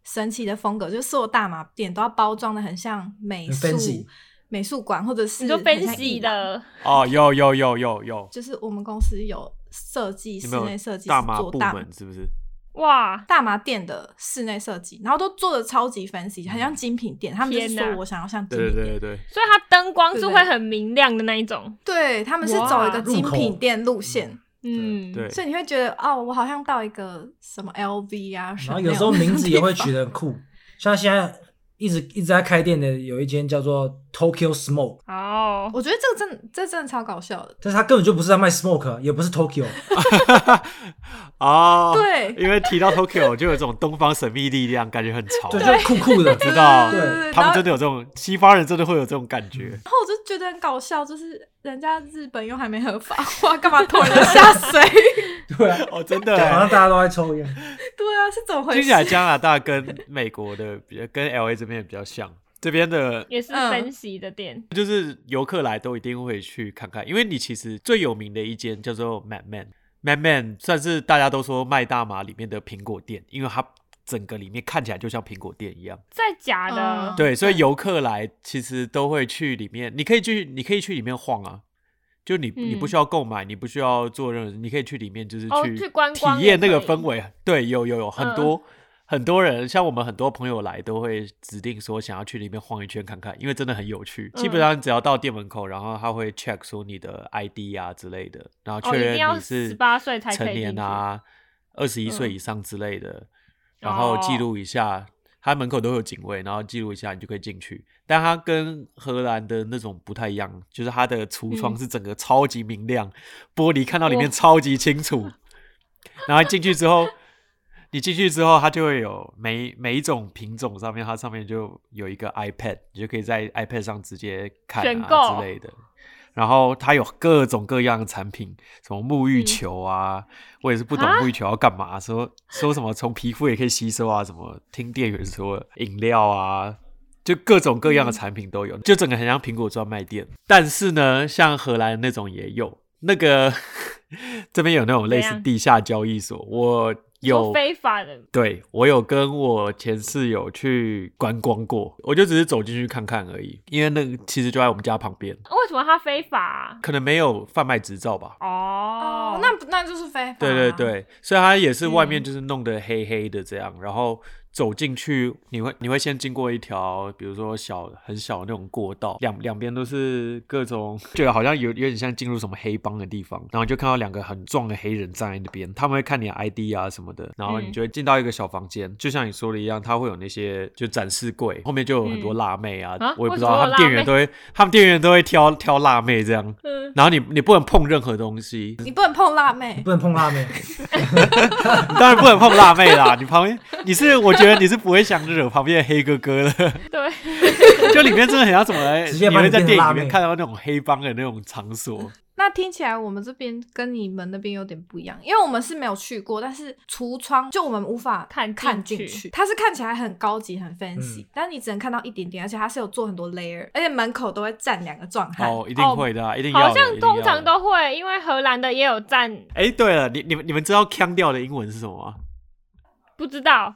Speaker 3: 神奇的风格，就是所有大麻店都要包装的很像美术
Speaker 4: 很 fancy
Speaker 3: 美术馆，或者是
Speaker 1: 你说分
Speaker 3: 很像
Speaker 1: 析
Speaker 3: 艺廊，
Speaker 1: 的，
Speaker 5: 哦，有有有有有，
Speaker 3: 就是我们公司有设计
Speaker 5: 你
Speaker 3: 室
Speaker 5: 们
Speaker 3: 内
Speaker 5: 有
Speaker 3: 设计
Speaker 5: 大
Speaker 3: 师
Speaker 5: 麻
Speaker 3: 做
Speaker 5: 部
Speaker 3: 大
Speaker 5: 门是不是？
Speaker 1: 哇，
Speaker 3: 大麻店的室内设计，然后都做的超级 fancy，很像精品店。他们就是
Speaker 1: 天
Speaker 3: 说
Speaker 1: 哪
Speaker 3: 我想要像精
Speaker 5: 嗯对
Speaker 3: 品
Speaker 5: 对
Speaker 3: 店，
Speaker 5: 对对对，
Speaker 1: 所以它灯光是
Speaker 3: 对对
Speaker 1: 会很明亮的那一种，
Speaker 3: 对他们是走一个
Speaker 1: 哇
Speaker 3: 精
Speaker 4: 入
Speaker 3: 品
Speaker 4: 口
Speaker 3: 店路线。
Speaker 1: 嗯，
Speaker 5: 对
Speaker 3: 所以你会觉得哦，我好像到一个什么 LV 啊，
Speaker 4: 然后
Speaker 3: Chanel
Speaker 4: 有时候名字也会取
Speaker 3: 的地
Speaker 4: 得很酷，像现在一直一直在开店的有一间叫做 Tokyo Smoke，
Speaker 1: 哦
Speaker 3: 方，，我觉得这个真这真的超搞笑的，
Speaker 4: 但是它根本就不是在卖 smoke，也不啊是 Tokyo，
Speaker 5: 哦，，
Speaker 3: 对，
Speaker 5: 因为提到 Tokyo 就有这种东方神秘力量，感觉很潮。
Speaker 4: 对，就是酷酷 的，
Speaker 5: 知道
Speaker 4: 对
Speaker 3: 嗯对
Speaker 5: 他
Speaker 3: 然
Speaker 5: 们
Speaker 3: 后
Speaker 5: 真的有这种西方人真的会有这种感觉。
Speaker 3: 然后我就觉得很搞笑，就是人家日本又还没合法，哇，干嘛拖人家下 水？
Speaker 4: 对啊，
Speaker 5: 哦，真
Speaker 4: 好像
Speaker 5: 的，
Speaker 4: 大家都在抽烟。
Speaker 3: 对啊，是怎么回
Speaker 5: 听起来
Speaker 3: 事？
Speaker 5: 加拿大跟美国的比较，跟 L A 这边也比较像。这边的
Speaker 1: 也是
Speaker 3: 嗯
Speaker 1: 分析的店，
Speaker 5: 就是游客来都一定会去看看，因为你其实最有名的一间叫做 Madman。Madman 算是大家都说卖大麻里面的苹果店，因为它整个里面看起来就像苹果店一样。
Speaker 1: 在假的
Speaker 3: 嗯，
Speaker 5: 对，所以游客来其实都会去里面，你可以去，你可以去里面晃啊。就你，你不
Speaker 1: 嗯
Speaker 5: 需要购买，你不需要做任何，你可以去里面，就是
Speaker 1: 哦去观光
Speaker 5: 体
Speaker 1: 也
Speaker 5: 验那个
Speaker 1: 可以
Speaker 5: 氛围。对，有有有
Speaker 1: 嗯
Speaker 5: 很多、很多人，像我们很多朋友来都会指定说想要去里面晃一圈看看，因为真的很有趣。基
Speaker 1: 嗯
Speaker 5: 本上只要到店门口，然后他会 check 说你的 ID 啊之类的，然后
Speaker 1: 哦
Speaker 5: 确
Speaker 1: 一定
Speaker 5: 认
Speaker 1: 要
Speaker 5: 你是
Speaker 1: 18岁才可以
Speaker 5: 成年
Speaker 1: 进去
Speaker 5: 啊，二十一
Speaker 1: 嗯
Speaker 5: 岁
Speaker 1: 哦
Speaker 5: 以上之类的。然后记录一下，它门口都有警卫，然后记录一下，你就可以进去。但它跟荷兰的那种不太一样，就是它的橱窗
Speaker 1: 嗯
Speaker 5: 是整个超级明亮，玻璃看到里面
Speaker 1: 哇
Speaker 5: 超级 清楚。然后进去之后，你进去之后，它就会有每每一种品种上面，它上面就有一个 iPad，你就可以在 iPad 上直接看
Speaker 1: 选
Speaker 5: 啊
Speaker 1: 购
Speaker 5: 之类的。然后它有各种各样的产品，什么沐浴
Speaker 1: 嗯
Speaker 5: 球啊，我也是不懂
Speaker 1: 啊
Speaker 5: 沐浴球要干嘛，说说什么从皮肤也可以吸收啊，什么听店员说饮料啊，就各种各样的产品都有，就整个很像苹果专卖店。但是呢，像荷兰那种也有，那个 这边有那种类
Speaker 1: 怎
Speaker 5: 似
Speaker 1: 样
Speaker 5: 地下交易所，我
Speaker 1: 有
Speaker 5: 有
Speaker 1: 非法的，
Speaker 5: 对我有跟我前室友去观光过，我就只是走进去看看而已，因为那个其实就在我们家旁边，
Speaker 1: 为什么它非法啊？
Speaker 5: 可能没有贩卖执照吧。
Speaker 1: 哦
Speaker 3: 哦，，那那就是非法、
Speaker 5: 对对，对，所以它也是外面
Speaker 1: 嗯
Speaker 5: 就是弄得黑黑的这样，然后走进去，你会你会先经过一条，比如说小很小的那种过道，两两边都是各种， 就好像有有点像进入什么黑帮的地方，然后你就看到两个很壮的黑人站在那边，他们会看你的 ID 啊什么的，然后你
Speaker 1: 嗯
Speaker 5: 就会进到一个小房间，就像你说的一样，它会有那些就展示柜，后面就有很多
Speaker 1: 嗯
Speaker 5: 辣妹啊，
Speaker 1: 啊
Speaker 5: 我也不
Speaker 1: 为
Speaker 5: 知
Speaker 1: 什么
Speaker 5: 道
Speaker 1: 有
Speaker 5: 他们
Speaker 1: 辣
Speaker 5: 店
Speaker 1: 妹
Speaker 5: 员都会，他们店员都会挑挑辣妹这样。
Speaker 1: 嗯，
Speaker 5: 然后你你不能碰任何东西，
Speaker 3: 你不能碰辣妹，
Speaker 4: 不能碰辣妹，
Speaker 5: 你 当然不能碰辣妹啦，你旁边你是我觉得你是不会想惹旁边的黑哥哥的，
Speaker 1: 对，
Speaker 5: 就里面真的很像什么来，
Speaker 4: 直接把
Speaker 5: 你会
Speaker 4: 你
Speaker 5: 在
Speaker 4: 变成
Speaker 5: 电影
Speaker 4: 辣
Speaker 5: 里
Speaker 4: 妹
Speaker 5: 面看到那种黑帮的那种场 所，
Speaker 3: 那听起来我们这边跟你们那边有点不一样，因为我们是没有去过，但是橱窗就我们无法
Speaker 1: 看
Speaker 3: 看
Speaker 1: 进
Speaker 3: 进
Speaker 1: 去
Speaker 3: 去，它是看起来很高级很 fancy，、
Speaker 4: 嗯
Speaker 3: 但你只能看到一点点，而且它是有做很多 layer，而且门口都会站两个壮汉。
Speaker 5: 哦，一定会的啊、一定要的。
Speaker 1: 好像
Speaker 5: 一定要
Speaker 1: 通
Speaker 5: 的
Speaker 1: 常。都会，因为荷兰的也有站，
Speaker 5: 哎，对了，你你们你们知道腔调的英文是什么吗？
Speaker 1: 不知道，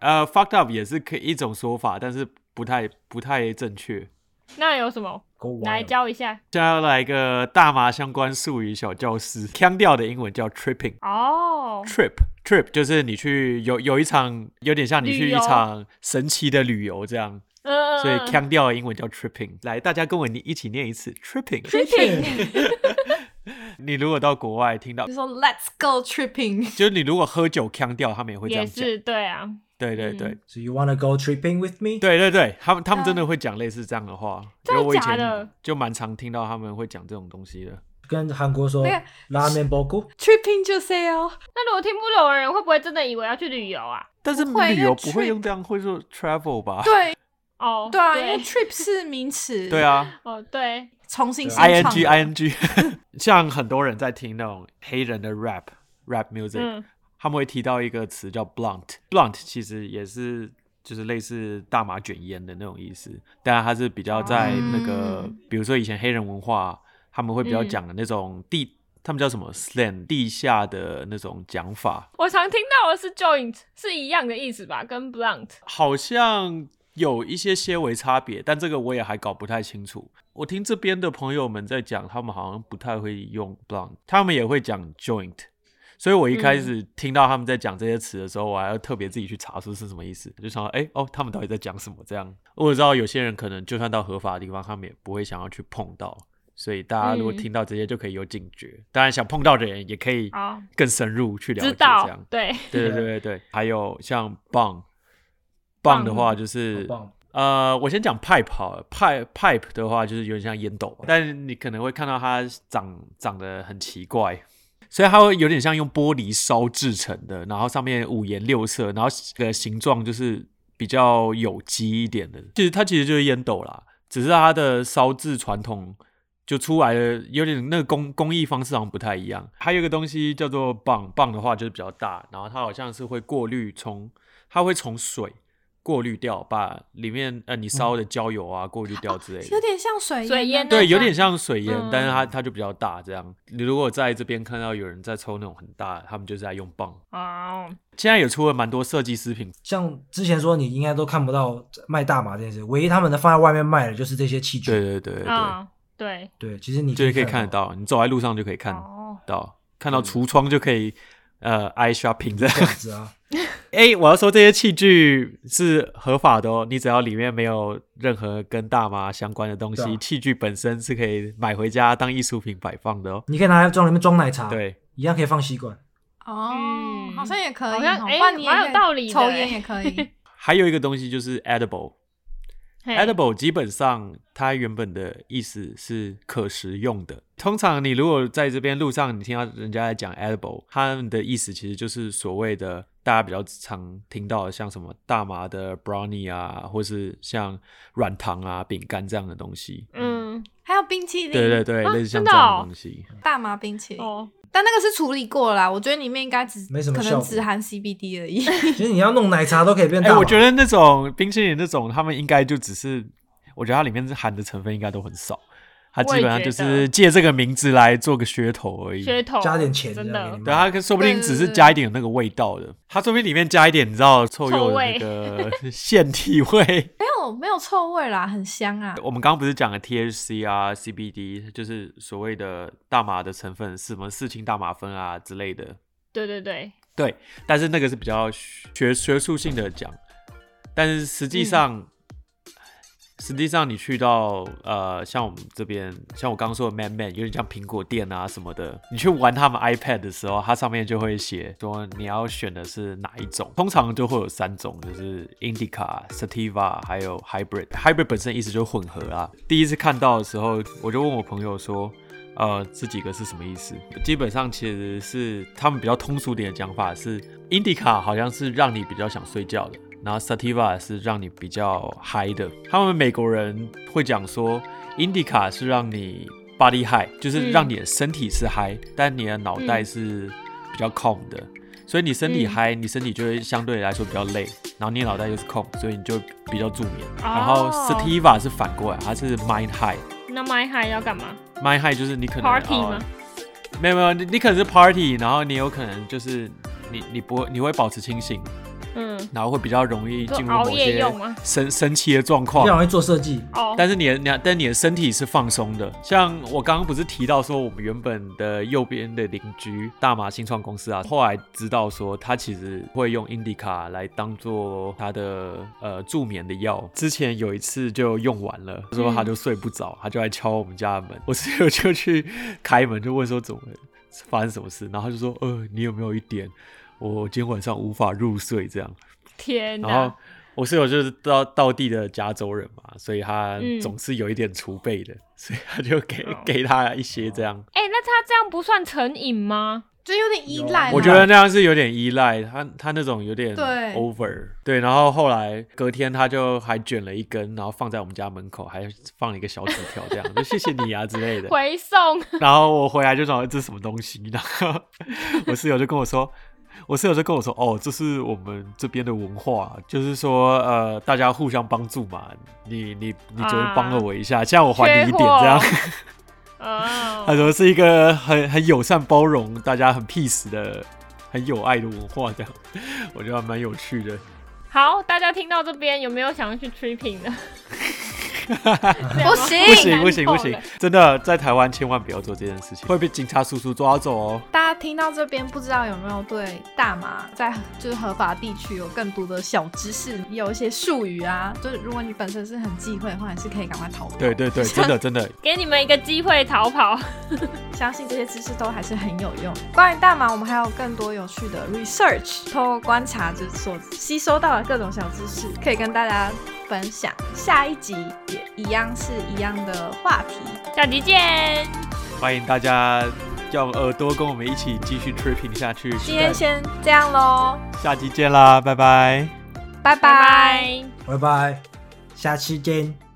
Speaker 5: 呃，fucked up 也是可以一种说法，但是不太不太正确。
Speaker 1: 那有什么
Speaker 4: Go wild
Speaker 1: 来教一下？
Speaker 5: 现在要来一个大麻相关术语小教室，腔调的英文叫 tripping。
Speaker 1: 哦，
Speaker 5: trip trip 就是你去有有一场有点像你去
Speaker 1: 旅
Speaker 5: 一
Speaker 1: 游
Speaker 5: 场神奇的旅游这样，
Speaker 1: 嗯，
Speaker 5: 所以腔调的英文叫 tripping。来，大家跟我一起念一次 tripping。
Speaker 3: tripping，
Speaker 5: 你如果到国外听到
Speaker 3: 就，说 Let's go tripping，
Speaker 5: 就是你如果喝酒腔调，他们也会这
Speaker 1: 也
Speaker 5: 样讲。
Speaker 1: 是对啊，
Speaker 5: 对对对、
Speaker 1: 嗯
Speaker 4: So you wanna go tripping with me？
Speaker 5: 对对对，他们他们真的会讲类似这样的话，因
Speaker 1: 真
Speaker 5: 为
Speaker 1: 的
Speaker 5: 我以
Speaker 1: 假的
Speaker 5: 前就蛮常听到他们会讲这种东西的。
Speaker 4: 跟韩国说
Speaker 3: 那个
Speaker 4: 拉面包菇，
Speaker 3: tripping 就 say 哦，
Speaker 1: 那如果听不懂的人，会不会真的以为要去旅游啊？
Speaker 5: 但是
Speaker 3: 不会
Speaker 5: 旅
Speaker 3: 因为
Speaker 5: 游不会
Speaker 3: trip-
Speaker 5: 用这样，会说 travel 吧？
Speaker 3: 对
Speaker 1: 哦，
Speaker 3: 对啊，因为
Speaker 1: 对，
Speaker 3: trip 是名词，
Speaker 5: 对，啊，
Speaker 1: 哦对，
Speaker 3: 重新新
Speaker 5: I N
Speaker 3: 创
Speaker 5: G
Speaker 3: 的
Speaker 5: I N G，像 很多人在听那种黑人的 rap rap music，、
Speaker 1: 嗯
Speaker 5: 他们会提到一个词叫 blunt。blunt 其实也是就是类似大麻卷烟的那种意思，但它是比较在那个，
Speaker 3: 嗯
Speaker 5: 比如说以前黑人文化，他们会比较讲的那种地，他们叫什么 slang 地下的那种讲法，
Speaker 1: 我常听到的是 joint 是一样的意思吧，跟 blunt。
Speaker 5: 好像。有一些些微差别，但这个我也还搞不太清楚。我听这边的朋友们在讲，他们好像不太会用 blunt，他们也会讲 joint，所以我一开始听到他们在讲这些词的时候，我还要特别自己去查出是什么意思，就想到，哎、哦，他们到底在讲什么？这样，我知道有些人可能就算到合法的地方，他们也不会想要去碰到，所以大家如果
Speaker 1: 嗯
Speaker 5: 听到这些就可以有警觉。当然，想碰到的人也可以
Speaker 1: 哦
Speaker 5: 更深入去了解
Speaker 1: 知
Speaker 5: 这
Speaker 1: 道
Speaker 5: 样，。
Speaker 1: 对，
Speaker 5: 对对对对对，还有像棒棒的话就是
Speaker 4: 好棒
Speaker 5: 呃，我先讲 pipe 好了，pipe pipe 的话就是有点像烟斗，但是你可能会看到它长长得很奇怪，所以它会有点像用玻璃烧制成的，然后上面五颜六色，然后呃形状就是比较有机一点的，其实它其实就是烟斗啦，只是它的烧制传统就出来的有点那个工工艺方式好像不太一样。还有一个东西叫做棒，棒的话就是比较大，然后它好像是会过滤从，它会从水过滤掉，把里面呃你烧的焦油啊、过滤掉之类的。
Speaker 3: 有点像水
Speaker 1: 水
Speaker 3: 烟
Speaker 1: 烟
Speaker 3: 啊
Speaker 1: 那
Speaker 5: 对，有
Speaker 1: 像
Speaker 5: 点像水烟，
Speaker 1: 嗯
Speaker 5: 但是它它就比较大。这样，你如果在这边看到有人在抽那种很大的，他们就是在用棒。
Speaker 1: 哦，
Speaker 5: 现在也出了蛮多设计食品，
Speaker 4: 像之前说你应该都看不到卖大麻这件事，唯一他们能放在外面卖的就是这些器具。
Speaker 5: 对对对对对，
Speaker 1: 啊，对，
Speaker 4: 对，其实你
Speaker 5: 就是可以看得，到，你走在路上就可以看
Speaker 1: 哦，
Speaker 5: 到，看到橱窗就可以呃 eye shopping 这样。
Speaker 4: 这样子啊，
Speaker 5: 哎、我要说这些器具是合法的哦，你只要里面没有任何跟大麻相关的东西，
Speaker 4: 对啊
Speaker 5: 器具本身是可以买回家当艺术品摆放的哦。
Speaker 4: 你可以拿来装里面装奶茶，，
Speaker 5: 对，
Speaker 4: 一样可以放吸管。
Speaker 3: 哦
Speaker 1: 嗯，
Speaker 3: 好像也可以哦，
Speaker 1: 好像哎
Speaker 3: 不然你也
Speaker 1: 蛮有
Speaker 3: 可以
Speaker 1: 道理的
Speaker 3: 抽
Speaker 1: 哎
Speaker 3: 烟也可 以，
Speaker 5: 还有一个东西就是 edible，edible
Speaker 1: 嘿
Speaker 5: 哎基本上它原本的意思是可食用的。通常你如果在这边路上，你听到人家在讲 edible，他们的意思其实就是所谓的大家比较常听到的，像什么大麻的 brownie 啊，或是像软糖啊、饼干这样的东西。
Speaker 1: 嗯，
Speaker 3: 还有冰淇淋，
Speaker 5: 对对对，
Speaker 1: 啊
Speaker 5: 类似像
Speaker 1: 真的
Speaker 5: 这样
Speaker 1: 哦
Speaker 5: 的东西。
Speaker 3: 大麻冰淇淋，
Speaker 1: 哦，
Speaker 3: 但那个是处理过啦，我觉得里面应该只
Speaker 4: 没什么
Speaker 3: 可
Speaker 4: 效
Speaker 3: 能
Speaker 4: 果
Speaker 3: 只含 CBD 而已。
Speaker 4: 其实你要弄奶茶都可以变
Speaker 5: 哎、
Speaker 4: 大麻。
Speaker 5: 我觉得那种冰淇淋那种，他们应该就只是，我觉得它里面含的成分应该都很少，它基本
Speaker 1: 我
Speaker 5: 上就
Speaker 1: 也觉
Speaker 5: 是
Speaker 1: 得
Speaker 5: 借这个名字来做个噱头而已。
Speaker 1: 噱头
Speaker 4: 加点钱
Speaker 1: 真
Speaker 4: 这样给
Speaker 1: 的
Speaker 4: 你，
Speaker 5: 对，它说不定只是加一点那个味道的，它说不定里面加一点，你知道臭鼬的那个 腺体味。
Speaker 3: 没有没有臭味啦，很香啊。
Speaker 5: 我们刚刚不是讲了 THC 啊、CBD，就是所谓的大麻的成分，什么四氢大麻酚啊之类的，
Speaker 1: 对对对，
Speaker 5: 对，但是那个是比较学学术性的讲，但是实际上，实际上你去到呃，像我们这边，像我刚刚说的 Man Man，有点像苹果店啊什么的，你去玩他们 iPad 的时候，它上面就会写说你要选的是哪一种，通常就会有三种，就是 Indica、Sativa 还有 Hybrid。Hybrid 本身意思就是混合啊。第一次看到的时候，我就问我朋友说。呃，这几个是什么意思？基本上其实是他们比较通俗点的讲法是，Indica 好像是让你比较想睡觉的，然后 Sativa 是让你比较嗨的。他们美国人会讲说，Indica 是让你 body high，就是让你的身体是嗨、但你的脑袋是比较 calm 的。所以你身体
Speaker 1: 嗯
Speaker 5: 嗨、你身体就会相对来说比较累，然后你脑袋又是空，所以你就比较助眠。然后
Speaker 1: 哦
Speaker 5: sativa 是反过来，它是 mind high，
Speaker 1: 那 my high 要干嘛？
Speaker 5: My High 就是你可能
Speaker 1: Party
Speaker 5: 哦
Speaker 1: 吗
Speaker 5: 没有没有，你你可能是 Party，然后你有可能就是你你不会你会保持清醒，
Speaker 1: 嗯，
Speaker 5: 然后会比较容易进入
Speaker 1: 就熬
Speaker 5: 某
Speaker 1: 夜
Speaker 5: 些
Speaker 1: 用吗
Speaker 5: 生生气的状
Speaker 4: 比
Speaker 5: 况
Speaker 4: 较。容易做设计。
Speaker 1: 哦，
Speaker 5: 但是你的你的但你的身体是放松的，像我刚刚不是提到说我们原本的右边的邻居大马新创公司啊，后来知道说他其实会用 Indica 来当做他的呃助眠的药，之前有一次就用完了，说他就睡不着，他就来敲我们家的门，我室友就去开门就问说怎么了发生什么事，然后他就说呃你有没有一点我今天晚上无法入睡这样，
Speaker 1: 天
Speaker 5: 然后
Speaker 1: 哪，
Speaker 5: 我室友就是到到地的加州人嘛，所以他
Speaker 1: 嗯
Speaker 5: 总是有一点储备 的，所以他就给、
Speaker 1: 哦
Speaker 5: 给他一些这样。
Speaker 1: 哎、那他这样不算成瘾吗？
Speaker 3: 就有点依
Speaker 4: 啊
Speaker 1: 哦
Speaker 3: 赖啦。
Speaker 5: 我觉得那样是有点依赖他，他那种有点
Speaker 3: 对
Speaker 5: over 对。然后后来隔天他就还卷了一根，然后放在我们家门口，还放了一个小纸条，这样就谢谢你啊之 类的。
Speaker 1: 回送，
Speaker 5: 然后我回来就想这是什么东西，然后我室友就跟我说，我室友就跟我说，哦，这是我们这边的文化，就是说呃，大家互相帮助嘛。你你你昨天帮了我一下，这样我还你一点，这 样。 他
Speaker 1: 哦，
Speaker 5: 说是一个很很友善包容，大家很 peace 的，很有爱的文化，这样我觉得还蛮有趣的。
Speaker 1: 好，大家听到这边有没有想要去 tripping 的？
Speaker 3: 不行
Speaker 5: 不
Speaker 1: 不
Speaker 5: 行不行不行，真的在台湾千万不要做这件事情，会被警察叔叔抓走哦。
Speaker 3: 大家听到这边，不知道有没有对大麻在就是合法地区有更多的小知识，也有一些术语啊，就是如果你本身是很忌讳的话，你是可以赶快逃跑。
Speaker 5: 对对对，真的真的，
Speaker 1: 给你们一个机会逃跑。
Speaker 3: 相信这些知识都还是很有用。关于大麻，我们还有更多有趣的 research，透过观察之所吸收到的各种小知识，可以跟大家分享。下一集也一样是一样的话题，
Speaker 1: 下集见，
Speaker 5: 欢迎大家用耳朵跟我们一起继续 tripping 下去。
Speaker 3: 今天先这样喽，
Speaker 5: 下期见啦，拜拜。
Speaker 1: 拜
Speaker 3: 拜拜
Speaker 1: 拜。
Speaker 4: 拜拜，下期见。